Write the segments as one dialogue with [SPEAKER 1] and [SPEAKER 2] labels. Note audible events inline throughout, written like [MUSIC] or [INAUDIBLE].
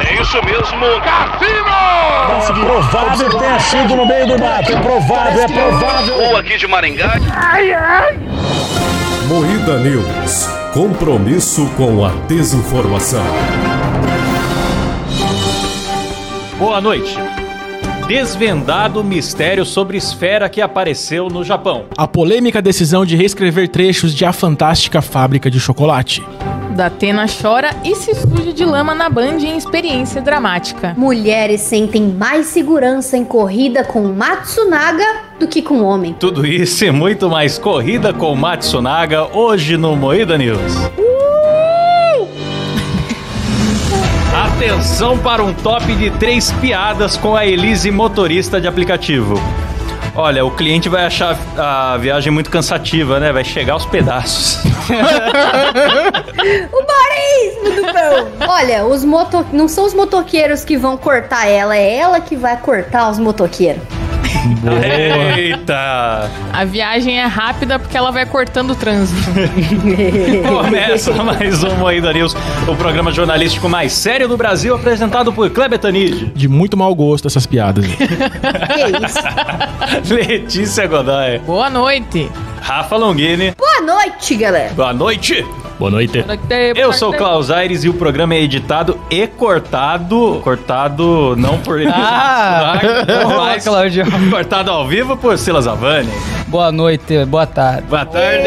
[SPEAKER 1] É isso mesmo, Cassino!
[SPEAKER 2] Nossa, É provável que tenha sido no meio do mato. É provável, é provável.
[SPEAKER 1] Ou aqui de Maringá.
[SPEAKER 3] Moída News. Compromisso com a desinformação.
[SPEAKER 4] Boa noite. Desvendado o mistério sobre esfera que apareceu no Japão.
[SPEAKER 5] A polêmica decisão de reescrever trechos de A Fantástica Fábrica de Chocolate.
[SPEAKER 6] Datena chora e se suja de lama na Band em experiência dramática.
[SPEAKER 7] Mulheres sentem mais segurança em corrida com Matsunaga do que com homem.
[SPEAKER 4] Tudo isso e muito mais corrida com Matsunaga hoje no Moída News. Atenção para um top de três piadas com a Elise motorista de aplicativo. Olha, o cliente vai achar a viagem muito cansativa, né? Vai chegar aos pedaços.
[SPEAKER 7] O barismo do pão! [LAUGHS] Olha, os moto... não são os motoqueiros que vão cortar ela, é ela que vai cortar os motoqueiros.
[SPEAKER 4] Eita!
[SPEAKER 6] A viagem é rápida porque ela vai cortando o trânsito.
[SPEAKER 8] [LAUGHS]
[SPEAKER 4] Começa mais um Moída News, o programa jornalístico mais sério do Brasil, apresentado por Kleber Tanid, [LAUGHS]
[SPEAKER 5] De muito mau gosto essas piadas.
[SPEAKER 7] que é [LAUGHS] isso?
[SPEAKER 4] Letícia Godoy,
[SPEAKER 6] Boa noite.
[SPEAKER 4] Rafa Longini.
[SPEAKER 7] Boa noite, galera.
[SPEAKER 4] [LAUGHS] Boa noite!
[SPEAKER 2] Boa noite.
[SPEAKER 4] Eu sou o Klaus Aires e o programa é editado e cortado. Cortado não por Elisa
[SPEAKER 8] Ah!
[SPEAKER 4] Matsunaga,
[SPEAKER 8] Olá,
[SPEAKER 4] mas
[SPEAKER 8] Claudio.
[SPEAKER 4] Cortado ao vivo por Silas Avani.
[SPEAKER 8] Boa noite, boa tarde.
[SPEAKER 4] Boa tarde!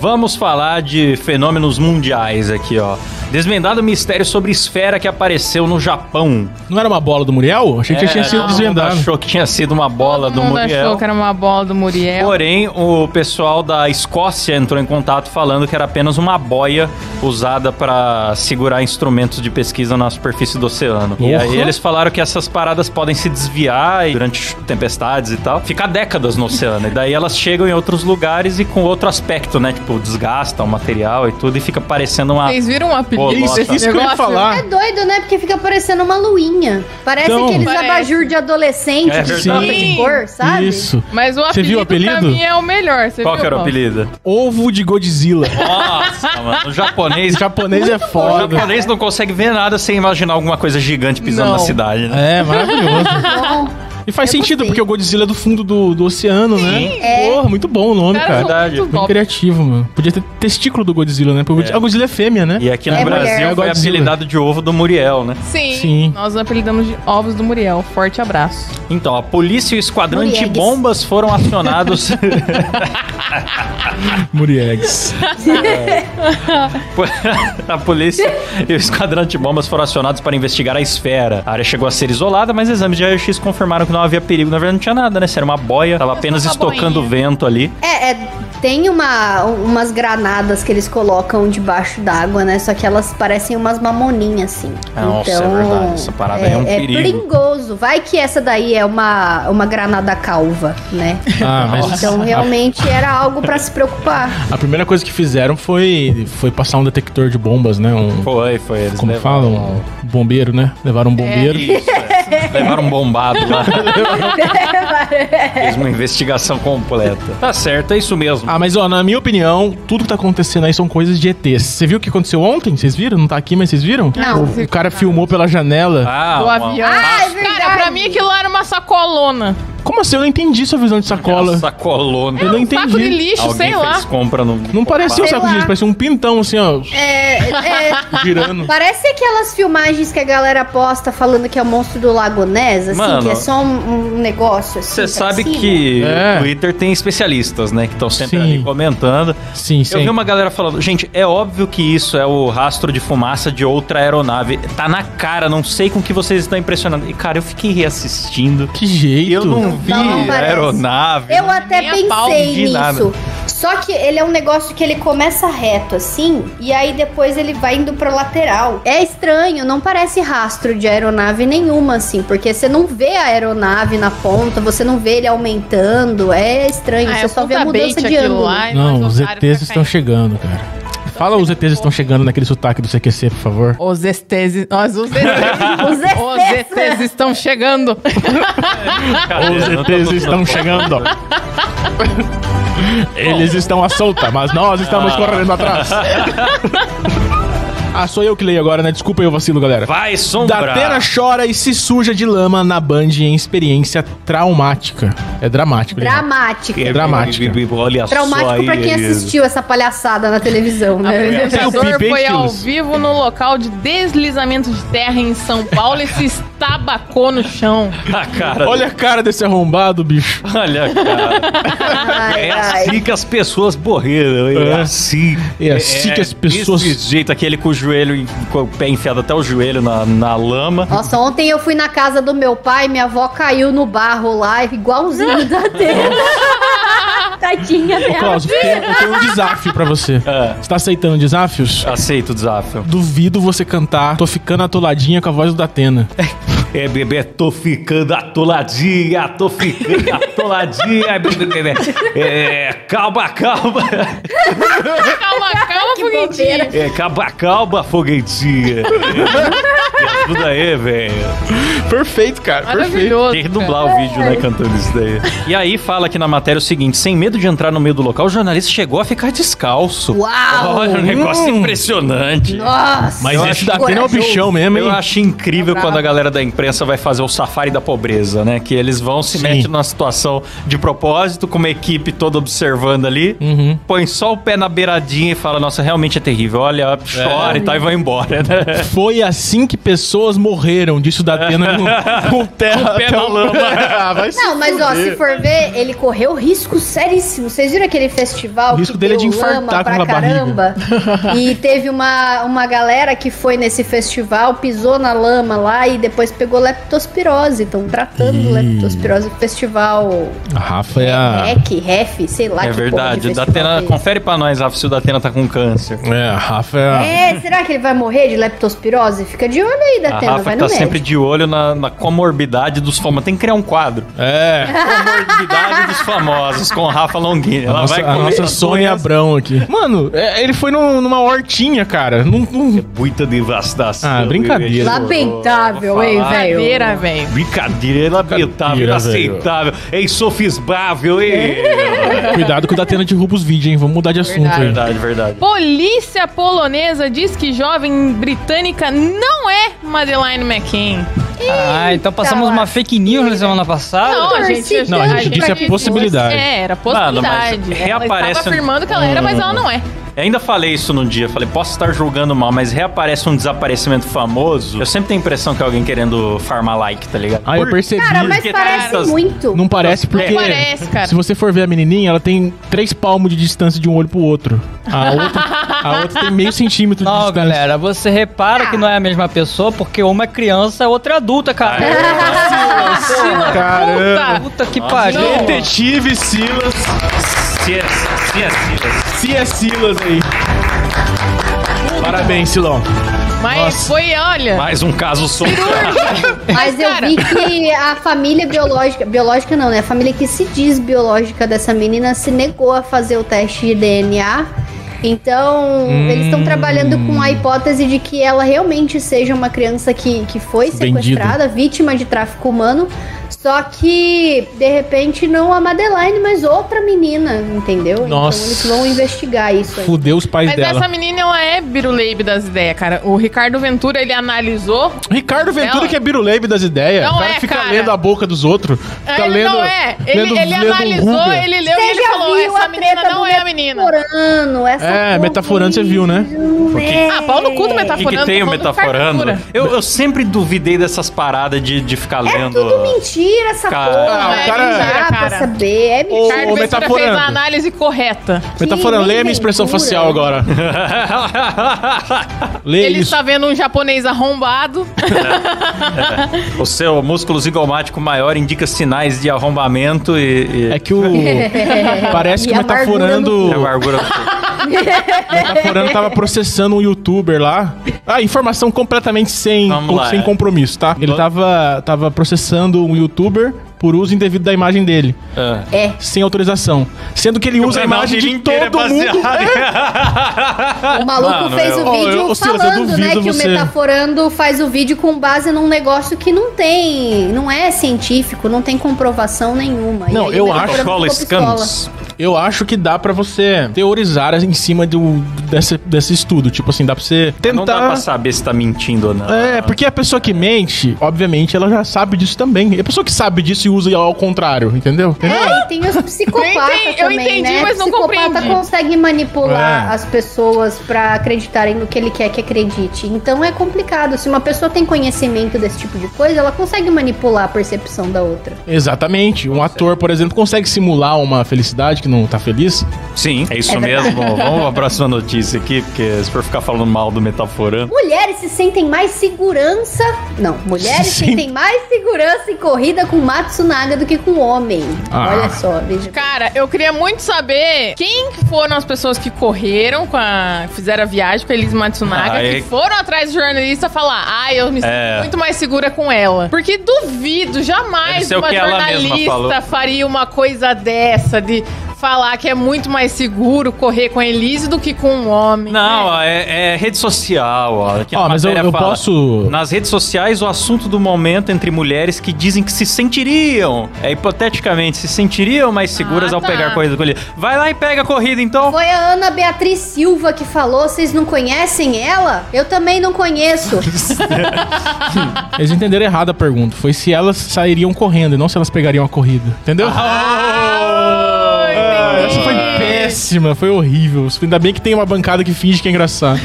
[SPEAKER 4] Vamos falar de fenômenos mundiais aqui, ó. Desvendado o mistério sobre esfera que apareceu no Japão.
[SPEAKER 5] Não era uma bola do Muriel? Achei que já tinha
[SPEAKER 4] É,
[SPEAKER 5] sido
[SPEAKER 4] todo mundo
[SPEAKER 5] desvendado.
[SPEAKER 4] achou que tinha sido uma bola
[SPEAKER 6] Todo
[SPEAKER 4] do
[SPEAKER 6] mundo achou
[SPEAKER 4] Muriel.
[SPEAKER 6] que era uma bola do Muriel.
[SPEAKER 4] Porém, o pessoal da Escócia entrou em contato falando que era apenas uma boia usada para segurar instrumentos de pesquisa na superfície do oceano. E
[SPEAKER 5] Porra.
[SPEAKER 4] aí eles falaram que essas paradas podem se desviar e, durante tempestades e tal, ficar décadas no oceano. E daí elas chegam em outros lugares e com outro aspecto, né? Tipo, desgastam o material e tudo e fica parecendo uma.
[SPEAKER 6] Vocês viram o apelido?
[SPEAKER 4] Boa
[SPEAKER 5] É Isso,
[SPEAKER 4] Nossa.
[SPEAKER 5] isso que eu ia
[SPEAKER 6] Negócio-
[SPEAKER 7] É
[SPEAKER 5] falar.
[SPEAKER 7] doido, né? Porque fica parecendo uma luinha. Parece
[SPEAKER 5] Então.
[SPEAKER 7] aqueles
[SPEAKER 6] Parece.
[SPEAKER 7] abajur de adolescente,
[SPEAKER 4] É
[SPEAKER 7] de
[SPEAKER 4] verdade.
[SPEAKER 7] tampa de
[SPEAKER 6] Sim.
[SPEAKER 7] cor, sabe?
[SPEAKER 5] Isso.
[SPEAKER 6] Mas o
[SPEAKER 5] Você
[SPEAKER 6] apelido,
[SPEAKER 5] viu o
[SPEAKER 6] pra
[SPEAKER 5] apelido?
[SPEAKER 6] mim é o melhor. Você
[SPEAKER 4] Qual
[SPEAKER 6] viu,
[SPEAKER 4] que era o
[SPEAKER 6] Paulo?
[SPEAKER 4] apelido?
[SPEAKER 5] Ovo de
[SPEAKER 7] [LAUGHS]
[SPEAKER 5] Godzilla.
[SPEAKER 4] Nossa, mano. O japonês.
[SPEAKER 5] O japonês é
[SPEAKER 4] O
[SPEAKER 5] foda.
[SPEAKER 4] japonês não consegue ver nada sem imaginar alguma coisa gigante pisando
[SPEAKER 6] Não.
[SPEAKER 4] na cidade, né?
[SPEAKER 5] É, maravilhoso.
[SPEAKER 7] Bom,
[SPEAKER 5] [LAUGHS] E faz
[SPEAKER 7] Eu
[SPEAKER 5] sentido,
[SPEAKER 7] gostei.
[SPEAKER 5] porque o Godzilla é do fundo do, do oceano, né?
[SPEAKER 7] É.
[SPEAKER 5] Porra, muito bom o nome,
[SPEAKER 6] Cara,
[SPEAKER 5] cara.
[SPEAKER 4] É Verdade.
[SPEAKER 6] verdade. Muito
[SPEAKER 5] Muito
[SPEAKER 6] bom.
[SPEAKER 5] criativo, mano. Podia ter testículo do Godzilla, né? Porque a Godzilla é fêmea, né?
[SPEAKER 4] E aqui no
[SPEAKER 7] É
[SPEAKER 4] Brasil
[SPEAKER 7] mulher.
[SPEAKER 4] foi
[SPEAKER 5] Godzilla.
[SPEAKER 4] apelidado de ovo do Muriel, né?
[SPEAKER 6] Sim,
[SPEAKER 5] Sim.
[SPEAKER 6] Nós apelidamos de ovos do Muriel. Forte abraço.
[SPEAKER 4] Então, a polícia e o esquadrão
[SPEAKER 7] Muriegues.
[SPEAKER 4] de bombas foram acionados. [LAUGHS]
[SPEAKER 5] Muriegues.
[SPEAKER 4] a polícia e o esquadrão de bombas foram acionados para investigar a esfera. A área chegou a ser isolada, mas exames de raio-x confirmaram que não havia perigo. Na verdade, não tinha nada, né? Se era uma boia, tava apenas
[SPEAKER 6] uma
[SPEAKER 4] estocando o
[SPEAKER 6] boinha.
[SPEAKER 4] vento ali.
[SPEAKER 7] É, é, tem uma, umas granadas que eles colocam debaixo d'água, né? Só que elas parecem umas mamoninhas, assim.
[SPEAKER 4] Nossa, é verdade. Essa parada aí é um perigo.
[SPEAKER 7] perigoso. Vai que essa daí é uma, uma granada calva, né?
[SPEAKER 5] Ah, mas
[SPEAKER 7] Então realmente era algo pra se preocupar.
[SPEAKER 5] a primeira coisa que fizeram foi, foi passar um detector de bombas, né? Um,
[SPEAKER 4] Foi, foi. Eles
[SPEAKER 5] como
[SPEAKER 4] levaram-
[SPEAKER 5] falam? Um bombeiro, né? Levaram um bombeiro.
[SPEAKER 4] Isso, é. Levaram um bombado lá. Fez uma investigação completa. Tá certo, é isso mesmo.
[SPEAKER 5] Ah, mas ó, na minha opinião, tudo que tá acontecendo aí são coisas de ETs. Você viu o que aconteceu ontem? Vocês viram? Não tá aqui, mas vocês viram?
[SPEAKER 7] Não.
[SPEAKER 5] O, o cara filmou pela janela.
[SPEAKER 4] Ah,
[SPEAKER 6] Do
[SPEAKER 4] uma-
[SPEAKER 6] avião.
[SPEAKER 7] Ah, é verdade.
[SPEAKER 6] Cara, pra mim aquilo lá era uma sacolona.
[SPEAKER 4] Ah.
[SPEAKER 5] Como assim? Eu não entendi sua visão de sacola.
[SPEAKER 4] Sacolona.
[SPEAKER 5] Eu não
[SPEAKER 6] Saco de
[SPEAKER 5] entendi.
[SPEAKER 6] lixo,
[SPEAKER 4] Alguém
[SPEAKER 6] sei
[SPEAKER 4] fez
[SPEAKER 6] lá.
[SPEAKER 4] compra no.
[SPEAKER 5] Não parecia um
[SPEAKER 7] Sei
[SPEAKER 5] saco de
[SPEAKER 7] lá.
[SPEAKER 5] lixo, parecia um pintão assim,
[SPEAKER 7] [LAUGHS]
[SPEAKER 5] ó,
[SPEAKER 7] É, é,
[SPEAKER 5] girando.
[SPEAKER 7] parece aquelas filmagens que a galera posta falando que é o monstro do Lago Ness, assim,
[SPEAKER 4] Mano,
[SPEAKER 7] que é só um, um negócio assim.
[SPEAKER 4] Você
[SPEAKER 7] pra
[SPEAKER 4] sabe
[SPEAKER 7] cima.
[SPEAKER 4] que
[SPEAKER 5] É.
[SPEAKER 4] o Twitter tem especialistas, né? Que estão sempre
[SPEAKER 5] Sim.
[SPEAKER 4] ali comentando.
[SPEAKER 5] Sim,
[SPEAKER 4] Eu
[SPEAKER 5] sim.
[SPEAKER 4] vi uma galera falando, gente, é óbvio que isso é o rastro de fumaça de outra aeronave. Tá na cara, não sei com que vocês estão impressionando. E, cara, eu fiquei reassistindo.
[SPEAKER 5] Que
[SPEAKER 4] E
[SPEAKER 5] jeito.
[SPEAKER 4] eu não vi
[SPEAKER 7] não
[SPEAKER 4] a
[SPEAKER 7] parece.
[SPEAKER 4] aeronave.
[SPEAKER 7] Eu até
[SPEAKER 6] Nem a pau
[SPEAKER 7] pensei
[SPEAKER 4] de
[SPEAKER 7] nisso.
[SPEAKER 4] nada.
[SPEAKER 7] Só que ele é um negócio que ele começa reto assim, e aí depois ele vai indo pra lateral. É estranho, não parece rastro de aeronave nenhuma, assim, porque você não vê a aeronave na ponta, você não vê ele aumentando. É estranho,
[SPEAKER 6] Ah,
[SPEAKER 7] você
[SPEAKER 6] é
[SPEAKER 7] só vê
[SPEAKER 6] puta
[SPEAKER 7] a mudança
[SPEAKER 6] bait
[SPEAKER 7] de
[SPEAKER 6] aquilo
[SPEAKER 7] ângulo.
[SPEAKER 6] lá, e
[SPEAKER 5] Não,
[SPEAKER 6] nós
[SPEAKER 5] os
[SPEAKER 6] otários
[SPEAKER 5] ETs
[SPEAKER 6] pra
[SPEAKER 5] estão
[SPEAKER 6] cair.
[SPEAKER 5] chegando, cara. Fala os ETs estão chegando naquele sotaque do CQC, por favor.
[SPEAKER 6] Os ETs. Nós, os ETs.
[SPEAKER 7] Os
[SPEAKER 6] os ETs estão chegando.
[SPEAKER 4] Cadê?
[SPEAKER 5] Os
[SPEAKER 4] Não tá
[SPEAKER 5] ETs
[SPEAKER 4] todo-
[SPEAKER 5] estão chegando.
[SPEAKER 4] Ah.
[SPEAKER 5] Eles estão à solta, mas nós estamos correndo atrás. Ah, sou eu que leio agora, né? Desculpa eu vacilo, galera.
[SPEAKER 4] Vai, sombra!
[SPEAKER 5] Datena chora e se suja de lama na Band em experiência traumática. É dramático. né?
[SPEAKER 7] Dramático.
[SPEAKER 5] É dramática.
[SPEAKER 4] Olha só
[SPEAKER 7] Traumático
[SPEAKER 4] aí,
[SPEAKER 7] pra
[SPEAKER 4] [LAUGHS]
[SPEAKER 7] quem assistiu essa palhaçada na televisão,
[SPEAKER 5] [LAUGHS]
[SPEAKER 6] O
[SPEAKER 7] né?
[SPEAKER 5] Tem o
[SPEAKER 6] professor
[SPEAKER 5] Pipe, hein,
[SPEAKER 6] foi ao
[SPEAKER 5] Quilos?
[SPEAKER 6] vivo no local de deslizamento de terra em São Paulo e se estabacou no chão.
[SPEAKER 4] Ah, cara.
[SPEAKER 5] Olha a cara desse arrombado, bicho.
[SPEAKER 4] Olha, cara.
[SPEAKER 7] Ai,
[SPEAKER 4] É
[SPEAKER 7] ai.
[SPEAKER 4] assim que as pessoas morreram. É,
[SPEAKER 5] É.
[SPEAKER 4] assim.
[SPEAKER 5] É assim que as pessoas-
[SPEAKER 4] Desse jeito, aquele com o joelho, com o pé enfiado até o joelho na, na lama.
[SPEAKER 7] Nossa, ontem eu fui na casa do meu pai, minha avó caiu no barro lá, igualzinho
[SPEAKER 5] [LAUGHS]
[SPEAKER 7] da tela. Tadinha
[SPEAKER 5] Ô,
[SPEAKER 7] dela.
[SPEAKER 5] Klaus, eu tenho, eu tenho um desafio pra você.
[SPEAKER 4] [LAUGHS] É.
[SPEAKER 5] Você tá aceitando desafios?
[SPEAKER 4] Aceito o desafio.
[SPEAKER 5] Duvido você cantar Tô ficando atoladinha com a voz do Datena.
[SPEAKER 4] É, bebê, tô ficando atoladinha, tô [LAUGHS] ficando atoladinha. É, bebê, bebê. É, calma, calma.
[SPEAKER 7] [LAUGHS]
[SPEAKER 6] Calma, calma, foguetinho.
[SPEAKER 4] É, calma, calma, foguetinha. Me ajuda aí, velho.
[SPEAKER 5] Perfeito, cara.
[SPEAKER 6] Maravilhoso.
[SPEAKER 4] Tem que
[SPEAKER 6] cara.
[SPEAKER 4] dublar o vídeo, né, cantando isso daí. E aí fala aqui na matéria o seguinte: sem medo de entrar no meio do local, o jornalista chegou a ficar descalço.
[SPEAKER 7] Uau!
[SPEAKER 4] Olha, um negócio impressionante.
[SPEAKER 7] Nossa!
[SPEAKER 5] Mas
[SPEAKER 4] Eu
[SPEAKER 5] esse
[SPEAKER 4] acho
[SPEAKER 5] Datena é o
[SPEAKER 7] corajoso.
[SPEAKER 5] bichão mesmo,
[SPEAKER 4] Eu
[SPEAKER 5] hein?
[SPEAKER 4] acho incrível quando a galera da imprensa vai fazer o safari da pobreza, né? Que eles vão, se
[SPEAKER 5] Sim.
[SPEAKER 4] metem numa situação de propósito, com uma equipe toda observando ali,
[SPEAKER 5] Uhum.
[SPEAKER 4] põe só o pé na beiradinha e fala: Nossa, realmente é terrível. Olha, chora e tal, e vai embora, né?
[SPEAKER 5] Foi assim que pessoas morreram, disse o Datena no- com terra.
[SPEAKER 4] pé
[SPEAKER 5] até
[SPEAKER 4] na
[SPEAKER 5] o-
[SPEAKER 4] lama. É
[SPEAKER 5] Ah, vai se
[SPEAKER 7] Não, mas ó,
[SPEAKER 5] fuder.
[SPEAKER 7] se for ver, ele correu risco seríssimo. Vocês viram aquele festival
[SPEAKER 5] O risco dele é de infartar com aquela barriga. [LAUGHS]
[SPEAKER 7] e teve uma, uma galera que foi nesse festival, pisou na lama lá e depois pegou leptospirose. Estão tratando
[SPEAKER 5] Ih.
[SPEAKER 7] leptospirose no festival
[SPEAKER 5] A Rafa é a.
[SPEAKER 7] REC, REF, sei lá
[SPEAKER 4] É
[SPEAKER 7] que porra de
[SPEAKER 4] verdade.
[SPEAKER 7] festival
[SPEAKER 4] Datena,
[SPEAKER 7] que é
[SPEAKER 4] confere pra nós, Rafa, se o Datena tá com câncer.
[SPEAKER 5] É, a Rafa
[SPEAKER 4] Ah.
[SPEAKER 5] é a.
[SPEAKER 7] É, será que ele vai morrer de leptospirose? Fica de olho aí,
[SPEAKER 4] A
[SPEAKER 7] Datena,
[SPEAKER 4] Rafa
[SPEAKER 7] vai
[SPEAKER 4] que
[SPEAKER 7] no
[SPEAKER 4] tá
[SPEAKER 7] médico.
[SPEAKER 4] sempre de olho na, na comorbidade dos famosos. Tem que criar um quadro.
[SPEAKER 7] [LAUGHS]
[SPEAKER 5] É.
[SPEAKER 4] Comorbidade dos famosos, com Rafa Longuinho.
[SPEAKER 5] A
[SPEAKER 4] Ela
[SPEAKER 5] nossa,
[SPEAKER 4] vai
[SPEAKER 5] a
[SPEAKER 4] comer
[SPEAKER 5] nossa Sônia Abrão aqui. Mano, é, ele foi num- numa hortinha, cara. Num, num-
[SPEAKER 4] Muita devastação.
[SPEAKER 5] é Ah, brincadeira.
[SPEAKER 4] eu- eu-
[SPEAKER 7] Lamentável,
[SPEAKER 4] vou
[SPEAKER 7] hein,
[SPEAKER 4] falar.
[SPEAKER 7] velho?
[SPEAKER 6] Cadeira, velho.
[SPEAKER 4] Brincadeira, é lamentável,
[SPEAKER 5] Brincadeira,
[SPEAKER 4] inaceitável, é insofismável, hein?
[SPEAKER 7] É.
[SPEAKER 5] Cuidado que o Datena derruba os vídeos, hein? Vamos mudar de assunto aí.
[SPEAKER 4] verdade, verdade.
[SPEAKER 6] Polícia polonesa diz que jovem britânica não é Madeleine McCann.
[SPEAKER 8] Ah, então passamos uma fake news na semana
[SPEAKER 6] Não,
[SPEAKER 8] passada.
[SPEAKER 6] a gente...
[SPEAKER 5] Não, a gente disse a
[SPEAKER 6] disse-
[SPEAKER 5] possibilidade.
[SPEAKER 6] É, era
[SPEAKER 4] Mano, mas
[SPEAKER 6] possibilidade. Ela
[SPEAKER 4] reaparece-
[SPEAKER 6] estava afirmando que ela era, mas ela não é.
[SPEAKER 4] Eu ainda falei isso num dia, falei, posso estar julgando mal, mas reaparece um desaparecimento famoso. Eu sempre tenho a impressão que é alguém querendo farmar like, tá ligado?
[SPEAKER 5] Ah, eu percebi.
[SPEAKER 7] Cara, mas
[SPEAKER 4] Porque
[SPEAKER 7] parece
[SPEAKER 4] essas-
[SPEAKER 7] muito.
[SPEAKER 5] Não parece porque.
[SPEAKER 6] Não parece, cara.
[SPEAKER 5] Se você for ver a menininha, ela tem três palmos de distância de um olho pro outro. A outra, a outra tem meio centímetro de
[SPEAKER 8] Não,
[SPEAKER 5] distância.
[SPEAKER 8] galera, você repara que não é a mesma pessoa porque uma é criança, a outra é adulta, cara.
[SPEAKER 6] Sila,
[SPEAKER 5] Caramba.
[SPEAKER 6] puta.
[SPEAKER 8] Puta que pariu.
[SPEAKER 5] Detetive é Silas.
[SPEAKER 4] Se é- se é- se é-
[SPEAKER 5] Se é Silas aí. Parabéns, Silão.
[SPEAKER 6] Mas foi, olha...
[SPEAKER 4] Mais um caso solto.
[SPEAKER 7] Mas eu
[SPEAKER 6] Cara.
[SPEAKER 7] vi que a família biológica, biológica não, né? A família que se diz biológica dessa menina se negou a fazer o teste de DNA. Então, eles estão trabalhando com
[SPEAKER 5] Hum.
[SPEAKER 7] a hipótese de que ela realmente seja uma criança que, que foi
[SPEAKER 5] Vendida.
[SPEAKER 7] sequestrada, vítima de tráfico humano. Só que, de repente, não a Madeline, mas outra menina, entendeu?
[SPEAKER 5] Nossa.
[SPEAKER 7] Então, eles vão investigar isso aí.
[SPEAKER 5] Fudeu os pais
[SPEAKER 6] Mas
[SPEAKER 5] dela.
[SPEAKER 6] essa menina, ela é biruleibe das ideias, cara. O Ricardo Ventura, ele analisou.
[SPEAKER 5] Ricardo Ventura
[SPEAKER 6] Ela-
[SPEAKER 5] que é biruleibe das ideias.
[SPEAKER 6] Não
[SPEAKER 5] O cara
[SPEAKER 6] é,
[SPEAKER 5] fica
[SPEAKER 6] cara.
[SPEAKER 5] lendo a boca dos outros. Fica
[SPEAKER 6] ele
[SPEAKER 5] lendo,
[SPEAKER 6] não é. Ele,
[SPEAKER 5] lendo-
[SPEAKER 6] ele
[SPEAKER 5] lendo um
[SPEAKER 6] analisou,
[SPEAKER 5] ruga.
[SPEAKER 6] ele leu e ele falou, essa menina não é a menina.
[SPEAKER 7] Metaforando,
[SPEAKER 6] um
[SPEAKER 7] essa
[SPEAKER 5] É,
[SPEAKER 7] porra
[SPEAKER 5] metaforando você viu, né?
[SPEAKER 7] aí, né?
[SPEAKER 6] Ah, pau no cu do
[SPEAKER 4] O que, que
[SPEAKER 6] metaforando.
[SPEAKER 4] tem o
[SPEAKER 6] tô falando do Ricardo
[SPEAKER 4] metaforando?
[SPEAKER 6] Ventura.
[SPEAKER 4] Eu, eu sempre duvidei dessas paradas de, de ficar
[SPEAKER 7] É
[SPEAKER 4] lendo.
[SPEAKER 7] tudo mentira essa
[SPEAKER 4] Cara,
[SPEAKER 5] Ah,
[SPEAKER 7] porra.
[SPEAKER 5] o
[SPEAKER 7] É
[SPEAKER 5] cara-
[SPEAKER 7] mentira pra
[SPEAKER 6] cara.
[SPEAKER 7] saber. É
[SPEAKER 5] Ô,
[SPEAKER 7] mentira.
[SPEAKER 6] Ricardo Ventura fez
[SPEAKER 5] metaforando.
[SPEAKER 6] a análise correta.
[SPEAKER 5] Metaforando,
[SPEAKER 7] Que
[SPEAKER 5] lê a minha expressão
[SPEAKER 7] Ventura.
[SPEAKER 5] facial agora. Lê
[SPEAKER 6] Ele
[SPEAKER 5] isso.
[SPEAKER 6] está vendo um japonês arrombado.
[SPEAKER 4] [LAUGHS] o seu músculo zigomático maior indica sinais de arrombamento e. e...
[SPEAKER 5] É que o. Parece que
[SPEAKER 7] E
[SPEAKER 5] o
[SPEAKER 7] amargura
[SPEAKER 5] metaforando.
[SPEAKER 4] É a largura
[SPEAKER 5] [LAUGHS]
[SPEAKER 4] do-
[SPEAKER 5] Metaforando tava processando um youtuber lá. Ah, informação completamente sem,
[SPEAKER 4] Vamos
[SPEAKER 5] com-
[SPEAKER 4] lá. é.
[SPEAKER 5] sem compromisso, tá? Ele
[SPEAKER 4] Vamos.
[SPEAKER 5] tava, tava processando um youtuber por uso indevido da imagem dele,
[SPEAKER 4] Ah.
[SPEAKER 7] É.
[SPEAKER 5] sem autorização. Sendo que ele usa a imagem de
[SPEAKER 4] é
[SPEAKER 5] todo mundo.
[SPEAKER 7] [LAUGHS]
[SPEAKER 5] [LAUGHS]
[SPEAKER 7] O maluco
[SPEAKER 4] Mano,
[SPEAKER 7] fez
[SPEAKER 5] eu-
[SPEAKER 7] o vídeo
[SPEAKER 5] Ô, eu- ô, Silas, eu
[SPEAKER 7] falando, né,
[SPEAKER 5] duvido
[SPEAKER 7] que o
[SPEAKER 5] você.
[SPEAKER 7] metaforando faz o vídeo com base num negócio que não tem, não é científico, não tem comprovação nenhuma. E
[SPEAKER 5] Não,
[SPEAKER 7] aí
[SPEAKER 5] eu
[SPEAKER 7] o
[SPEAKER 4] [LAUGHS]
[SPEAKER 7] Metaforando
[SPEAKER 5] acho-
[SPEAKER 7] ficou
[SPEAKER 4] Cola
[SPEAKER 7] é pistola.
[SPEAKER 4] Scams.
[SPEAKER 5] Eu acho que dá pra você teorizar em cima do, desse, desse estudo. Tipo assim, dá pra você tentar.
[SPEAKER 4] Não dá pra saber se tá mentindo ou não.
[SPEAKER 5] É, porque a pessoa que mente, obviamente, ela já sabe disso também. E a pessoa que sabe disso e usa ao contrário, entendeu?
[SPEAKER 7] É, e tem os psicopatas
[SPEAKER 6] Eu entendi- eu
[SPEAKER 7] também,
[SPEAKER 6] entendi,
[SPEAKER 7] né?
[SPEAKER 6] mas não
[SPEAKER 7] Psicopata
[SPEAKER 6] compreendi.
[SPEAKER 7] consegue manipular
[SPEAKER 5] É.
[SPEAKER 7] as pessoas pra acreditarem no que ele quer que acredite. Então é complicado. Se uma pessoa tem conhecimento desse tipo de coisa, ela consegue manipular a percepção da outra.
[SPEAKER 5] Exatamente. Um ator, por exemplo, consegue simular uma felicidade que não tá feliz.
[SPEAKER 4] Sim, é isso mesmo. [LAUGHS] Vamos pra próxima notícia aqui, porque se for ficar falando mal do Metaforando.
[SPEAKER 7] Mulheres se sentem mais segurança. Não, mulheres
[SPEAKER 5] Se
[SPEAKER 7] sentem mais segurança em corrida com Matsunaga do que com homem.
[SPEAKER 5] Ah.
[SPEAKER 7] Olha só, veja.
[SPEAKER 6] Cara, eu queria muito saber quem foram as pessoas que correram com a. fizeram a viagem com a Elis Matsunaga,
[SPEAKER 4] Ah, é-
[SPEAKER 6] que foram atrás do jornalista falar, ah, eu me sinto
[SPEAKER 4] É.
[SPEAKER 6] muito mais segura com ela. Porque duvido,
[SPEAKER 4] Deve
[SPEAKER 6] jamais
[SPEAKER 4] ser o
[SPEAKER 6] uma
[SPEAKER 4] que ela mesma falou.
[SPEAKER 6] jornalista faria uma coisa dessa de falar que é muito mais seguro correr com a Elise do que com um homem.
[SPEAKER 4] Não,
[SPEAKER 6] né?
[SPEAKER 4] ó, é, é rede social. Ó, que a
[SPEAKER 5] Ó, mas eu,
[SPEAKER 4] matéria
[SPEAKER 5] eu
[SPEAKER 4] fala.
[SPEAKER 5] posso.
[SPEAKER 4] Nas redes sociais, o assunto do momento entre mulheres que dizem que se sentiriam, é hipoteticamente, se sentiriam mais seguras
[SPEAKER 6] Ah,
[SPEAKER 4] ao
[SPEAKER 6] tá.
[SPEAKER 4] pegar corrida com ele. Vai lá e pega a corrida, então.
[SPEAKER 7] Foi a Ana Beatriz Silva que falou, vocês não conhecem ela? Eu também não conheço.
[SPEAKER 5] Eles entenderam errado a pergunta. Foi se elas sairiam correndo e não se elas pegariam a corrida. Entendeu?
[SPEAKER 6] Ah,
[SPEAKER 5] Ah,
[SPEAKER 6] entendi.
[SPEAKER 5] [LAUGHS] Essa foi péssima, foi horrível. Ainda bem que tem uma bancada que finge que é engraçado.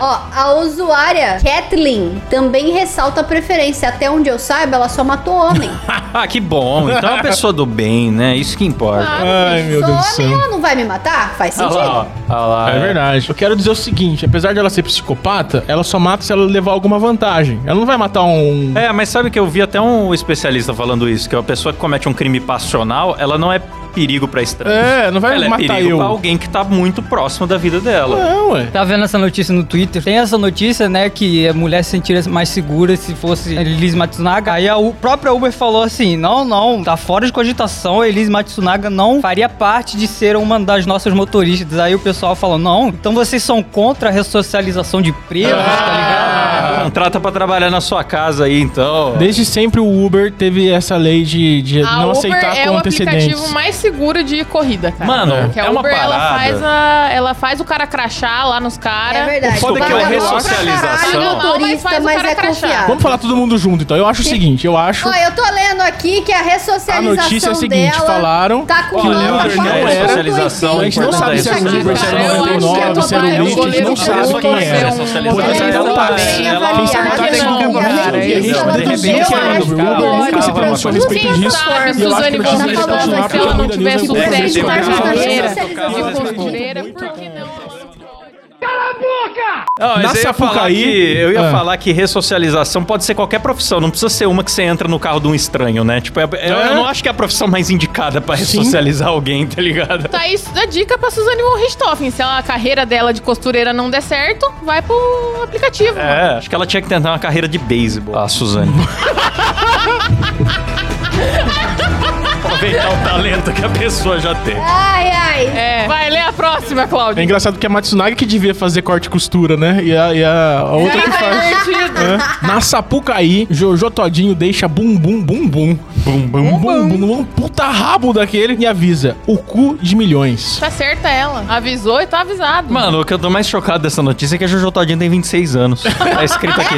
[SPEAKER 7] Ó, a usuária Kathleen também ressalta a preferência. Até onde eu saiba, ela só matou homem.
[SPEAKER 4] [LAUGHS] Ah, que bom. Então é uma pessoa do bem, né? Isso que importa.
[SPEAKER 5] [LAUGHS]
[SPEAKER 6] Ah,
[SPEAKER 5] Ai, meu
[SPEAKER 7] só
[SPEAKER 5] Deus do
[SPEAKER 7] homem,
[SPEAKER 5] céu.
[SPEAKER 7] ela não vai me matar? Faz
[SPEAKER 4] Olha
[SPEAKER 7] sentido.
[SPEAKER 4] lá, ó. Olha lá.
[SPEAKER 5] É verdade. Eu quero dizer o seguinte: apesar dela ser psicopata, ela só mata se ela levar alguma vantagem. Ela não vai matar um.
[SPEAKER 4] É, mas sabe que eu vi até um especialista falando isso, que uma pessoa que comete um crime passional, ela não é perigo pra estranhos.
[SPEAKER 5] É, não vai
[SPEAKER 4] ela é
[SPEAKER 5] matar
[SPEAKER 4] perigo
[SPEAKER 5] eu. É.
[SPEAKER 4] pra alguém que tá muito próximo da vida dela.
[SPEAKER 5] Não, ué.
[SPEAKER 8] Tá vendo essa notícia no Twitter? Tem essa notícia, né, que a mulher se sentiria mais segura se fosse a Elise Matsunaga. Aí a U- própria Uber falou assim, não, não, tá fora de cogitação, a Elise Matsunaga não faria parte de ser uma das nossas motoristas. Aí o pessoal falou, não, então vocês são contra a ressocialização de presos, tá ligado?
[SPEAKER 4] Contrata Ah, pra trabalhar na sua casa aí, então.
[SPEAKER 5] Desde sempre o Uber teve essa lei de, de
[SPEAKER 6] A
[SPEAKER 5] não
[SPEAKER 6] Uber
[SPEAKER 5] aceitar
[SPEAKER 6] é
[SPEAKER 5] com
[SPEAKER 6] o aplicativo
[SPEAKER 5] antecedentes.
[SPEAKER 6] mais seguro de corrida, cara.
[SPEAKER 4] Mano,
[SPEAKER 6] Porque a
[SPEAKER 4] é uma
[SPEAKER 6] Uber, ela
[SPEAKER 4] parada.
[SPEAKER 6] faz, a- ela faz o cara crachar lá nos caras.
[SPEAKER 7] É verdade.
[SPEAKER 4] O foda é que é uma
[SPEAKER 7] Paga mal pra
[SPEAKER 4] ressocialização.
[SPEAKER 7] caralho
[SPEAKER 6] Paga
[SPEAKER 7] o
[SPEAKER 6] mal, mas
[SPEAKER 7] turista,
[SPEAKER 6] faz o
[SPEAKER 7] mas
[SPEAKER 6] cara
[SPEAKER 7] é
[SPEAKER 6] crachar.
[SPEAKER 7] confiável.
[SPEAKER 5] Vamos falar todo mundo junto, então. Eu acho o seguinte: eu acho.
[SPEAKER 7] Ó, eu tô lendo aqui que a
[SPEAKER 5] A
[SPEAKER 7] ressocialização
[SPEAKER 5] notícia é a seguinte:
[SPEAKER 7] dela
[SPEAKER 5] falaram
[SPEAKER 7] tá com
[SPEAKER 5] que o
[SPEAKER 4] Uber
[SPEAKER 7] nota
[SPEAKER 5] Uber
[SPEAKER 4] não
[SPEAKER 5] não
[SPEAKER 4] é
[SPEAKER 5] era.
[SPEAKER 4] socialização,
[SPEAKER 5] A gente não sabe se é o
[SPEAKER 6] um
[SPEAKER 5] Uber, se é
[SPEAKER 6] Cara, eu acho que
[SPEAKER 5] 99, se é
[SPEAKER 6] eu
[SPEAKER 5] o
[SPEAKER 6] tô-
[SPEAKER 5] Lyft, a gente
[SPEAKER 6] eu
[SPEAKER 5] não sabe
[SPEAKER 6] tô-
[SPEAKER 5] quem é.
[SPEAKER 6] eu tô-
[SPEAKER 5] Poderia ser um
[SPEAKER 6] tá
[SPEAKER 5] táxi.
[SPEAKER 7] Ela
[SPEAKER 5] Ela
[SPEAKER 7] avaliar,
[SPEAKER 5] pensava
[SPEAKER 7] não,
[SPEAKER 5] que era um
[SPEAKER 7] cara,
[SPEAKER 5] Uber. E
[SPEAKER 7] é
[SPEAKER 5] a gente
[SPEAKER 7] isso.
[SPEAKER 6] né?
[SPEAKER 5] tá
[SPEAKER 7] Eu
[SPEAKER 5] dizendo que era
[SPEAKER 7] acho
[SPEAKER 5] um Uber. O Uber nunca se
[SPEAKER 4] que-
[SPEAKER 5] pronunciou a respeito
[SPEAKER 6] Quem
[SPEAKER 5] disso.
[SPEAKER 6] sabe
[SPEAKER 5] E
[SPEAKER 6] se tá
[SPEAKER 5] eu acho
[SPEAKER 6] Suzane
[SPEAKER 5] que precisa
[SPEAKER 7] Bonafé
[SPEAKER 6] Bonafé
[SPEAKER 7] falando
[SPEAKER 5] continuar porque a Band
[SPEAKER 6] não tiver
[SPEAKER 7] aqui, ela
[SPEAKER 5] News
[SPEAKER 6] sucesso
[SPEAKER 5] é
[SPEAKER 7] Uber,
[SPEAKER 5] importante.
[SPEAKER 6] de
[SPEAKER 7] tá
[SPEAKER 6] Carlos
[SPEAKER 7] falando
[SPEAKER 6] Moreira,
[SPEAKER 7] isso, eles
[SPEAKER 6] de
[SPEAKER 7] ouviram.
[SPEAKER 6] costureira, por que não?
[SPEAKER 4] Não,
[SPEAKER 5] Na
[SPEAKER 4] mas eu ia falar
[SPEAKER 5] Sapucaí-
[SPEAKER 4] que- eu ia
[SPEAKER 5] Ah.
[SPEAKER 4] falar que ressocialização pode ser qualquer profissão, não precisa ser uma que você entra no carro de um estranho, né? Tipo, é- é- eu,
[SPEAKER 5] É.
[SPEAKER 4] não acho que é a profissão mais indicada pra
[SPEAKER 5] Sim.
[SPEAKER 4] ressocializar alguém, tá ligado?
[SPEAKER 6] Tá isso da dica pra Suzane von Richthofen. Se a carreira dela de costureira não der certo, vai pro aplicativo.
[SPEAKER 4] É, acho que ela tinha que tentar uma carreira de beisebol, a Ah, Suzane. [LAUGHS] Aproveitar o talento que a pessoa já tem.
[SPEAKER 7] tá Ai, ai.
[SPEAKER 6] É. Vai ler a próxima,
[SPEAKER 5] É
[SPEAKER 6] Cláudia.
[SPEAKER 5] engraçado que a Matsunaga que devia fazer corte e costura, né? E a, e a- a outra que faz.
[SPEAKER 6] Divertido.
[SPEAKER 5] É. Na Sapucaí, Jojo Todinho deixa bum bum bum bum. Bum bum bum bum. Um puta rabo daquele e avisa: o cu de milhões.
[SPEAKER 6] Tá certa ela. Avisou e tá avisado.
[SPEAKER 4] Mano, o que eu tô mais chocado dessa notícia é que a Jojo Todinho tem 26 anos. Tá escrito aqui,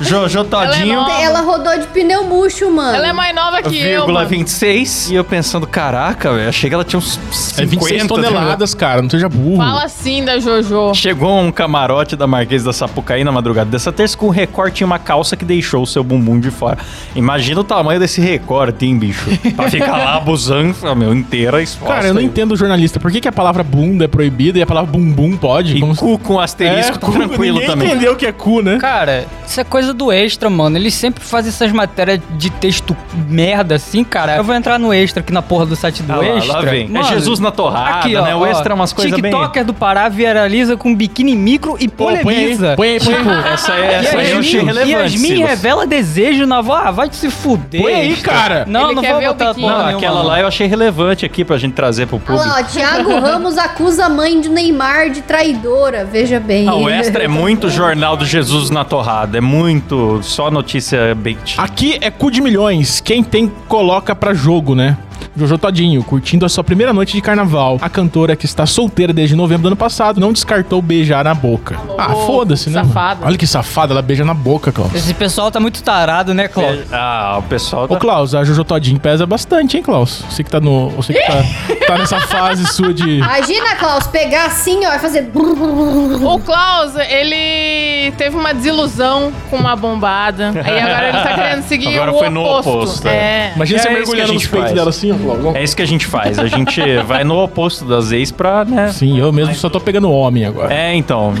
[SPEAKER 4] Jo-
[SPEAKER 6] [LAUGHS]
[SPEAKER 4] Jojo Todinho,
[SPEAKER 6] é nova.
[SPEAKER 7] Ela rodou de pneu murcho, mano.
[SPEAKER 6] Ela é mais é nova que eu.
[SPEAKER 4] vírgula
[SPEAKER 6] mano.
[SPEAKER 4] 26. E eu pensando, caraca, velho, achei que ela tinha uns né? 50.
[SPEAKER 5] É 26 toneladas, cara, não seja burro.
[SPEAKER 6] Fala assim da Jojo.
[SPEAKER 4] Chegou um camarote da Marquesa da Sapucaí na madrugada dessa terça com um recorte em uma calça que deixou o seu bumbum de fora. Imagina o tamanho desse recorte, hein, bicho? Pra ficar lá abusando, [LAUGHS] meu, inteira exposta.
[SPEAKER 5] Cara, eu não
[SPEAKER 4] aí.
[SPEAKER 5] entendo o jornalista. Por que, que a palavra bunda é proibida e a palavra bumbum pode?
[SPEAKER 4] E
[SPEAKER 5] Como se-
[SPEAKER 4] cu com asterisco,
[SPEAKER 5] É, cu,
[SPEAKER 4] tranquilo
[SPEAKER 5] ninguém
[SPEAKER 4] também.
[SPEAKER 5] entendeu o que é cu, né?
[SPEAKER 8] Cara, isso é coisa do extra, mano. Eles sempre fazem essas matérias de texto merda assim, cara. Eu vou entrar no extra aqui na porra do site do
[SPEAKER 4] Ah lá, lá
[SPEAKER 8] extra.
[SPEAKER 4] vem. É Jesus na torrada, né? O extra é umas coisas bem-
[SPEAKER 8] TikToker do Pará viraliza com biquíni micro e
[SPEAKER 5] Pô, põe aí,
[SPEAKER 8] polemiza.
[SPEAKER 5] põe aí, põe aí.
[SPEAKER 4] Essa é, essa aí eu achei
[SPEAKER 8] Yasmin,
[SPEAKER 4] relevante.
[SPEAKER 8] Yasmin
[SPEAKER 4] Silas.
[SPEAKER 5] é
[SPEAKER 8] revela desejo na avó. Ah, vai te se fuder.
[SPEAKER 5] Põe aí,
[SPEAKER 8] extra.
[SPEAKER 5] cara.
[SPEAKER 8] Não,
[SPEAKER 6] Ele
[SPEAKER 8] não
[SPEAKER 6] quer
[SPEAKER 8] vou
[SPEAKER 6] ver o
[SPEAKER 8] botar
[SPEAKER 6] biquíni.
[SPEAKER 8] porra
[SPEAKER 4] Não,
[SPEAKER 8] nenhuma,
[SPEAKER 4] aquela
[SPEAKER 8] mano.
[SPEAKER 4] lá eu achei relevante aqui pra gente trazer pro
[SPEAKER 7] Olha
[SPEAKER 4] público.
[SPEAKER 7] lá, ó,
[SPEAKER 4] [LAUGHS]
[SPEAKER 7] Thiago Ramos acusa a mãe de Neymar de traidora. Veja bem.
[SPEAKER 4] Ah, o extra é muito jornal do Jesus na torrada. É muito só notícia bait.
[SPEAKER 5] Ah, Aqui é cu de milhões. Quem tem, coloca pra jogo, né? Jojo Todinho, curtindo a sua primeira noite de carnaval. A cantora que está solteira desde novembro do ano passado não descartou beijar na boca. ah, foda-se, né?
[SPEAKER 6] safada.
[SPEAKER 5] mano? Olha que safada, ela beija na boca,
[SPEAKER 4] é-
[SPEAKER 5] Klaus.
[SPEAKER 8] Esse pessoal tá muito tarado, né, Cláudio?
[SPEAKER 4] Ah, o pessoal
[SPEAKER 5] Ô,
[SPEAKER 4] tá...
[SPEAKER 5] Klaus, a Jojo Todinho pesa bastante, hein, Klaus? Você que tá no. Você
[SPEAKER 4] [LAUGHS]
[SPEAKER 5] que tá, tá nessa fase sua de.
[SPEAKER 7] Imagina, Klaus, pegar assim, ó, e fazer.
[SPEAKER 6] O Klaus, ele teve uma desilusão com uma bombada. Aí agora ele tá querendo seguir
[SPEAKER 4] Agora
[SPEAKER 6] o
[SPEAKER 4] foi no
[SPEAKER 6] oposto.
[SPEAKER 4] oposto,
[SPEAKER 6] é.
[SPEAKER 5] Imagina
[SPEAKER 4] É isso que
[SPEAKER 5] você
[SPEAKER 4] a
[SPEAKER 5] mergulhando
[SPEAKER 4] gente
[SPEAKER 5] nos peitos
[SPEAKER 4] faz.
[SPEAKER 5] dela assim, ó, Klaus.
[SPEAKER 4] É isso que a gente faz. A gente vai no oposto das ex pra, né?
[SPEAKER 5] Sim, eu mesmo só tô pegando homem agora.
[SPEAKER 4] É, então,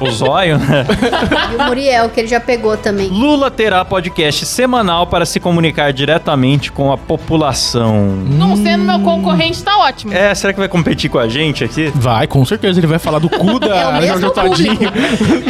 [SPEAKER 4] o, o zóio, né?
[SPEAKER 7] E
[SPEAKER 5] [LAUGHS]
[SPEAKER 7] o Muriel, que ele já pegou também.
[SPEAKER 4] Lula terá podcast semanal para se comunicar diretamente com a população.
[SPEAKER 6] Não sendo meu concorrente, tá ótimo.
[SPEAKER 4] É, será que vai competir com a gente aqui?
[SPEAKER 5] Vai, com certeza, ele vai falar do
[SPEAKER 4] [LAUGHS]
[SPEAKER 5] cu
[SPEAKER 7] É o
[SPEAKER 5] da
[SPEAKER 7] mesmo
[SPEAKER 5] Jojo Todinho.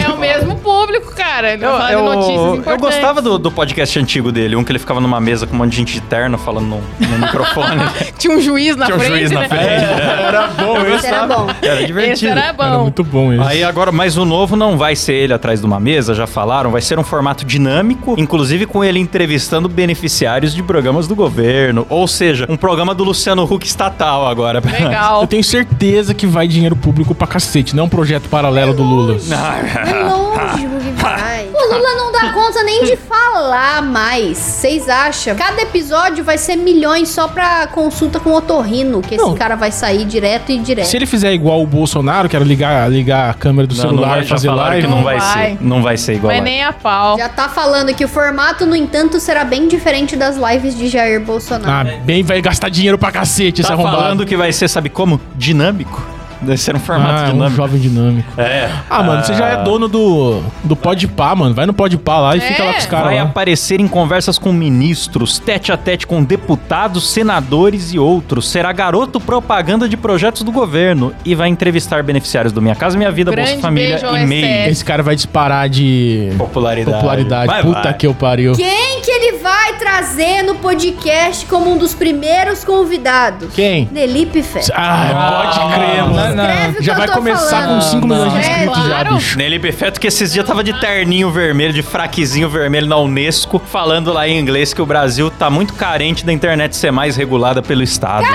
[SPEAKER 6] É o mesmo público, cara. Ele vai falar de notícias importantes.
[SPEAKER 4] eu gostava do, do podcast antigo dele, um que ele ficava numa mesa com um monte de gente de terno falando no, no
[SPEAKER 6] [LAUGHS]
[SPEAKER 4] microfone.
[SPEAKER 6] Tinha um juiz na
[SPEAKER 4] Tinha um
[SPEAKER 6] frente,
[SPEAKER 4] juiz na
[SPEAKER 6] né?
[SPEAKER 4] frente. Era bom, eu
[SPEAKER 7] Esse era bom.
[SPEAKER 4] Era
[SPEAKER 6] Esse
[SPEAKER 4] divertido.
[SPEAKER 6] era
[SPEAKER 5] Era
[SPEAKER 6] bom.
[SPEAKER 5] muito bom esse.
[SPEAKER 4] Aí agora, mas o novo não vai ser ele atrás de uma mesa, já falaram, vai ser um formato dinâmico, inclusive com ele entrevistando beneficiários de programas do governo, ou seja, um programa do Luciano Huck estatal agora.
[SPEAKER 5] Eu
[SPEAKER 6] Legal.
[SPEAKER 5] tenho certeza que vai dinheiro público pra cacete, não é um projeto paralelo do Lula.
[SPEAKER 7] É lógico que vai. O Lula não dá conta nem de falar mais. Vocês acham? Cada episódio vai ser milhões só pra consulta com o Otorrino, que
[SPEAKER 5] Não.
[SPEAKER 7] esse cara vai sair direto e direto.
[SPEAKER 5] Se ele fizer igual o Bolsonaro, que era ligar, ligar a câmera do
[SPEAKER 4] [LAUGHS] Não, não
[SPEAKER 5] celular
[SPEAKER 4] vai
[SPEAKER 5] e
[SPEAKER 4] já
[SPEAKER 5] fazer
[SPEAKER 4] falaram que
[SPEAKER 5] live. né?
[SPEAKER 4] não
[SPEAKER 6] Não
[SPEAKER 4] vai
[SPEAKER 6] vai.
[SPEAKER 4] ser. Não vai ser igual.
[SPEAKER 6] Mas
[SPEAKER 4] lá.
[SPEAKER 6] nem a pau.
[SPEAKER 7] Já tá falando que o formato, no entanto, será bem diferente das lives de Jair
[SPEAKER 5] Ah,
[SPEAKER 7] Bolsonaro.
[SPEAKER 5] bem, vai gastar dinheiro pra cacete
[SPEAKER 6] é
[SPEAKER 5] esse
[SPEAKER 4] Tá
[SPEAKER 5] arrombado.
[SPEAKER 4] falando que vai ser, sabe como? Dinâmico. Deve ser um formato
[SPEAKER 5] Ah, um
[SPEAKER 4] dinâmico.
[SPEAKER 5] jovem dinâmico.
[SPEAKER 4] É.
[SPEAKER 5] Ah, mano, você já é dono do, do Podpah, mano. Vai no Podpah lá e fica lá com os
[SPEAKER 6] É.
[SPEAKER 5] caras
[SPEAKER 4] Vai
[SPEAKER 5] lá.
[SPEAKER 4] aparecer em conversas com ministros, tete a tete com deputados, senadores e outros. Será garoto propaganda de projetos do governo e vai entrevistar beneficiários do Minha Casa Minha Vida,
[SPEAKER 6] Grande
[SPEAKER 4] Bolsa Família
[SPEAKER 6] beijo ao
[SPEAKER 4] e MEI.
[SPEAKER 6] STF.
[SPEAKER 5] Esse cara vai disparar de
[SPEAKER 4] Popularidade.
[SPEAKER 5] popularidade.
[SPEAKER 4] Vai,
[SPEAKER 5] Puta
[SPEAKER 4] vai.
[SPEAKER 5] que eu pariu.
[SPEAKER 7] Quem que ele vai trazer no podcast como um dos primeiros convidados?
[SPEAKER 5] Quem?
[SPEAKER 7] Felipe Fé.
[SPEAKER 5] Ah, pode crer,
[SPEAKER 8] Não,
[SPEAKER 5] mano.
[SPEAKER 8] não.
[SPEAKER 7] Escreve
[SPEAKER 5] Já
[SPEAKER 7] o que eu
[SPEAKER 5] vai
[SPEAKER 7] tô
[SPEAKER 5] começar
[SPEAKER 7] falando.
[SPEAKER 5] com 5 milhões de
[SPEAKER 7] É,
[SPEAKER 5] inscritos já,
[SPEAKER 6] claro.
[SPEAKER 5] bicho.
[SPEAKER 4] Nele Perfeito, que esses dias tava de terninho vermelho, de fraquezinho vermelho na Unesco, falando lá em inglês que o Brasil tá muito carente da internet ser mais regulada pelo Estado.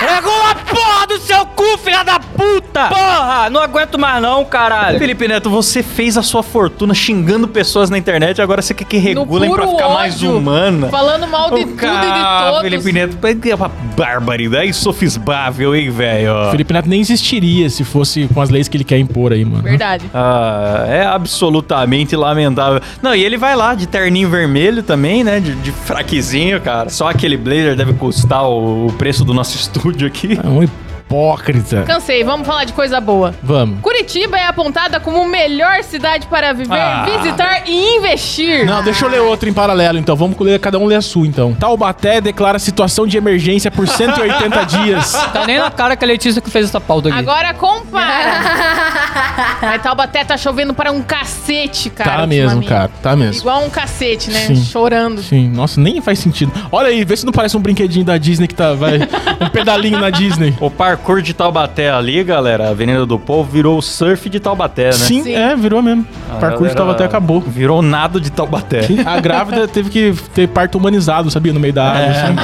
[SPEAKER 8] Regula a porra do seu cu, filha da puta! Porra! Não aguento mais não, caralho.
[SPEAKER 4] Felipe Neto, você fez a sua fortuna xingando pessoas na internet, agora você quer que
[SPEAKER 6] No
[SPEAKER 4] regulem pra
[SPEAKER 6] puro
[SPEAKER 4] ficar mais
[SPEAKER 6] ódio,
[SPEAKER 4] humana.
[SPEAKER 6] Falando mal de
[SPEAKER 4] Ô,
[SPEAKER 6] tudo
[SPEAKER 4] cara,
[SPEAKER 6] e de todos.
[SPEAKER 4] Felipe Neto, é uma barbaridade insofismável, né? hein, velho?
[SPEAKER 5] Felipe Neto nem existiria se fosse com as leis que ele quer impor aí, mano.
[SPEAKER 6] Verdade.
[SPEAKER 4] Ah, é absolutamente lamentável. Não, e ele vai lá de terninho vermelho também, né? De, de fraquezinho, cara. Só aquele blazer deve custar o, o preço do nosso [LAUGHS] estúdio aqui.
[SPEAKER 5] É um hipócrita.
[SPEAKER 6] Cansei, vamos falar de coisa boa.
[SPEAKER 5] Vamos.
[SPEAKER 6] Curitiba é apontada como melhor cidade para viver,
[SPEAKER 4] Ah.
[SPEAKER 6] visitar e investir.
[SPEAKER 5] Não, deixa eu ler outra em paralelo, então. Vamos ler, cada um lê a sua, então. Taubaté declara situação de emergência por 180 dias.
[SPEAKER 8] Tá nem na cara que a Letícia que fez essa pauta aqui.
[SPEAKER 4] [LAUGHS]
[SPEAKER 6] Agora compara. Mas Taubaté tá chovendo para um cacete, cara.
[SPEAKER 5] tá mesmo,
[SPEAKER 6] ultimamente.
[SPEAKER 5] cara. Tá mesmo.
[SPEAKER 6] Igual um cacete, né?
[SPEAKER 5] Sim.
[SPEAKER 6] Chorando.
[SPEAKER 5] Sim, nossa, nem faz sentido. Olha aí, vê se não parece um brinquedinho da Disney que tá, vai... um pedalinho
[SPEAKER 4] [LAUGHS]
[SPEAKER 5] na Disney.
[SPEAKER 4] O parkour de Taubaté ali, galera, a Avenida do Povo, virou o surf de Taubaté, né?
[SPEAKER 5] Sim,
[SPEAKER 6] Sim.
[SPEAKER 5] é, virou mesmo.
[SPEAKER 4] A
[SPEAKER 5] O parkour de
[SPEAKER 4] Ah, galera
[SPEAKER 5] Taubaté
[SPEAKER 4] [LAUGHS]
[SPEAKER 5] acabou.
[SPEAKER 4] Virou nado de Taubaté.
[SPEAKER 5] A grávida teve que ter parto humanizado, sabia? No meio da água, assim.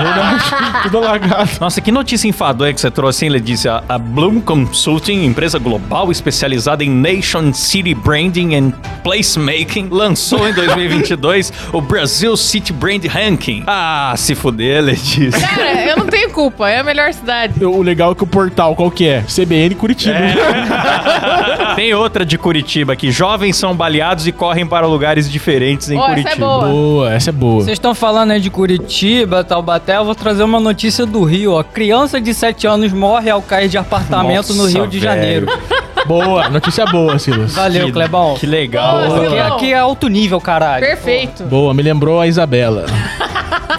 [SPEAKER 5] Verdade. Tudo alagado.
[SPEAKER 4] Nossa, que notícia enfadonha que você trouxe, hein, Letícia? A Bloom Consulting, empresa global especializada em Nation City Branding and Placemaking, lançou em 2022 o Brasil City Brand Ranking. Ah, se fuder,
[SPEAKER 6] [LAUGHS]
[SPEAKER 4] Letícia.
[SPEAKER 6] Cara, eu não tenho culpa, é a melhor cidade.
[SPEAKER 5] Eu- O legal é que o portal, qual que é? CBN Curitiba.
[SPEAKER 4] É. Tem outra de Curitiba aqui. Jovens são baleados e correm para lugares diferentes em
[SPEAKER 6] Ó, essa é
[SPEAKER 4] Curitiba.
[SPEAKER 6] boa.
[SPEAKER 5] [LAUGHS] Boa, essa é boa.
[SPEAKER 8] Vocês estão falando aí de Curitiba, Taubaté, eu vou trazer uma notícia do Rio, ó. Criança de 7 anos morre ao cair de apartamento no
[SPEAKER 4] Nossa,
[SPEAKER 8] Rio de
[SPEAKER 4] velho.
[SPEAKER 8] Janeiro.
[SPEAKER 5] Boa, notícia boa, Silas.
[SPEAKER 8] Valeu,
[SPEAKER 4] Que-
[SPEAKER 8] Clebão.
[SPEAKER 4] Que legal.
[SPEAKER 6] Boa,
[SPEAKER 8] Aqui,
[SPEAKER 6] Silão.
[SPEAKER 8] aqui é alto nível, caralho.
[SPEAKER 6] Perfeito.
[SPEAKER 5] Boa, me lembrou a
[SPEAKER 4] [LAUGHS]
[SPEAKER 5] Isabela.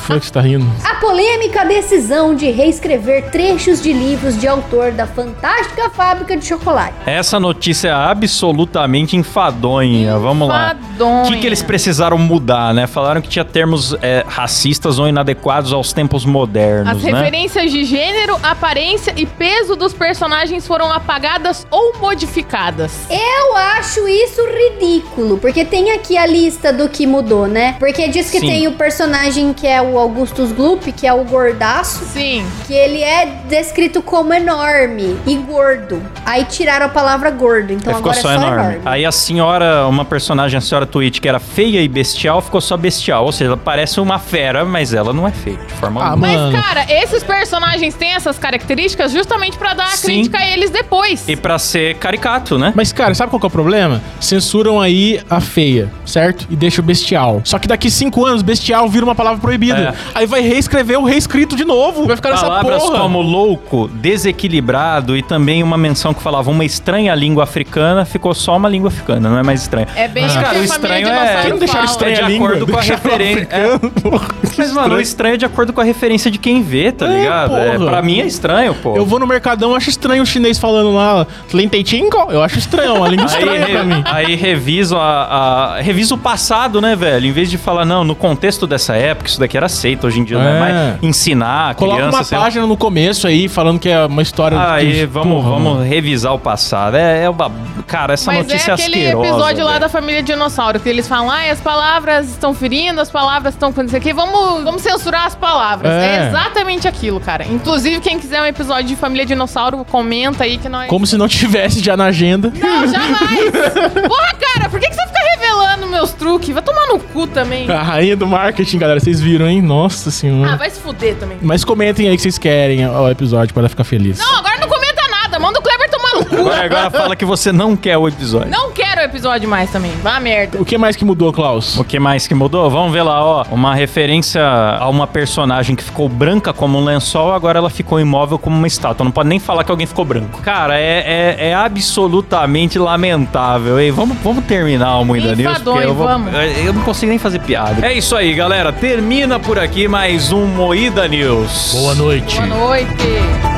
[SPEAKER 5] Foi que você tá rindo.
[SPEAKER 7] A polêmica decisão de reescrever trechos de livros de autor da fantástica fábrica de chocolate.
[SPEAKER 4] Essa notícia é absolutamente enfadonha. Vamos lá.
[SPEAKER 6] Enfadonha.
[SPEAKER 4] O que, que eles precisaram mudar, né? Falaram que tinha termos é, racistas ou inadequados aos tempos modernos,
[SPEAKER 6] As
[SPEAKER 4] né?
[SPEAKER 6] referências de gênero, aparência e peso dos personagens foram apagadas ou modificadas.
[SPEAKER 7] Eu acho isso ridículo, porque tem aqui a lista do que mudou, né? Porque diz que
[SPEAKER 4] Sim.
[SPEAKER 7] tem o personagem que é o o Augustus Gloop, que é o gordaço,
[SPEAKER 6] Sim.
[SPEAKER 7] que ele é descrito como enorme e gordo. Aí tiraram a palavra gordo, então
[SPEAKER 4] Aí ficou
[SPEAKER 7] agora
[SPEAKER 4] só
[SPEAKER 7] é só
[SPEAKER 4] enorme.
[SPEAKER 7] enorme.
[SPEAKER 4] Aí a senhora, uma personagem, a senhora Twitch, que era feia e bestial, ficou só bestial. Ou seja, ela parece uma fera, mas ela não é feia, de forma
[SPEAKER 5] Ah,
[SPEAKER 4] alguma.
[SPEAKER 6] Mas,
[SPEAKER 5] Mano.
[SPEAKER 6] cara, esses personagens têm essas características justamente pra dar a
[SPEAKER 4] Sim.
[SPEAKER 6] crítica a eles depois.
[SPEAKER 4] E pra ser caricato, né?
[SPEAKER 5] Mas, cara, sabe qual que é o problema? Censuram aí a feia, certo? E deixa o bestial. Só que daqui cinco anos, bestial vira uma palavra
[SPEAKER 4] É.
[SPEAKER 5] proibida. Aí vai reescrever o reescrito de novo. Vai ficar nessa
[SPEAKER 4] Palavras
[SPEAKER 5] porra.
[SPEAKER 4] como louco, desequilibrado e também uma menção que falava uma estranha língua africana, ficou só uma língua africana, não é mais estranha.
[SPEAKER 6] É bem
[SPEAKER 4] Mas,
[SPEAKER 6] o que
[SPEAKER 4] cara,
[SPEAKER 6] a
[SPEAKER 4] o
[SPEAKER 6] família
[SPEAKER 4] estranho
[SPEAKER 6] dinossauro
[SPEAKER 4] é.
[SPEAKER 5] Por que não deixaram
[SPEAKER 6] fala.
[SPEAKER 5] estranha
[SPEAKER 4] É
[SPEAKER 5] a
[SPEAKER 4] de
[SPEAKER 5] língua?
[SPEAKER 4] acordo com a
[SPEAKER 5] Deixaram
[SPEAKER 4] referência.
[SPEAKER 5] africano, porra.
[SPEAKER 4] Mas, mano, o estranho é de acordo com a referência de quem vê, tá
[SPEAKER 5] É,
[SPEAKER 4] ligado? É,
[SPEAKER 5] porra.
[SPEAKER 4] pra mim é estranho, pô.
[SPEAKER 5] Eu vou no mercadão, acho estranho o chinês falando lá, 35? Eu acho estranho, é uma língua estranha
[SPEAKER 4] re-
[SPEAKER 5] pra mim.
[SPEAKER 4] aí reviso a, a- reviso o passado, né, velho? Em vez de falar, não, no contexto dessa época, isso daqui era aceito, hoje em dia não
[SPEAKER 5] É.
[SPEAKER 4] é mais ensinar a
[SPEAKER 5] Coloca
[SPEAKER 4] criança.
[SPEAKER 5] uma
[SPEAKER 4] sei lá.
[SPEAKER 5] página no começo aí, falando que é uma história...
[SPEAKER 4] Aí,
[SPEAKER 5] que-
[SPEAKER 4] vamos,
[SPEAKER 5] Porra,
[SPEAKER 4] vamos
[SPEAKER 5] mano.
[SPEAKER 4] revisar o passado. É, é uma... Cara, essa
[SPEAKER 6] Mas
[SPEAKER 4] notícia
[SPEAKER 6] é aquele
[SPEAKER 4] asquerosa.
[SPEAKER 6] episódio lá
[SPEAKER 4] velho.
[SPEAKER 6] da família dinossauro, que eles falam, ah, as palavras estão ferindo, as palavras estão com isso aqui, vamos, vamos censurar as palavras.
[SPEAKER 5] É.
[SPEAKER 6] É. exatamente aquilo, cara. Inclusive, quem quiser um episódio de família dinossauro, comenta aí que nós...
[SPEAKER 5] Como se não [LAUGHS] tivesse já na agenda.
[SPEAKER 6] [LAUGHS] Não, jamais! Porra, cara, por que, que você fica revelando meus truques? Vai tomar no cu também.
[SPEAKER 5] A rainha do marketing, galera. Vocês viram, hein? Nossa senhora.
[SPEAKER 6] Ah, vai se fuder também.
[SPEAKER 5] Mas comentem aí que vocês querem o episódio pra ela ficar feliz.
[SPEAKER 6] Não, agora não comenta nada, manda o Kleber tomar no cu.
[SPEAKER 4] Agora, agora fala que você não quer o episódio.
[SPEAKER 6] Não quero o episódio mais também, vá merda.
[SPEAKER 5] O que mais que mudou, Klaus?
[SPEAKER 4] O que mais que mudou? Vamos ver lá, ó. Uma referência a uma personagem que ficou branca como um lençol, agora ela ficou imóvel como uma estátua. Não pode nem falar que alguém ficou branco. Cara, é, é- é absolutamente lamentável, hein? Vamos, vamos terminar o Muita News, porque
[SPEAKER 6] Enfadonho,
[SPEAKER 4] eu, vou- É,
[SPEAKER 6] vamos.
[SPEAKER 4] eu não consigo nem fazer piada. É isso aí, galera. Termina por aqui mais um Moída News.
[SPEAKER 5] noite.
[SPEAKER 6] Boa noite.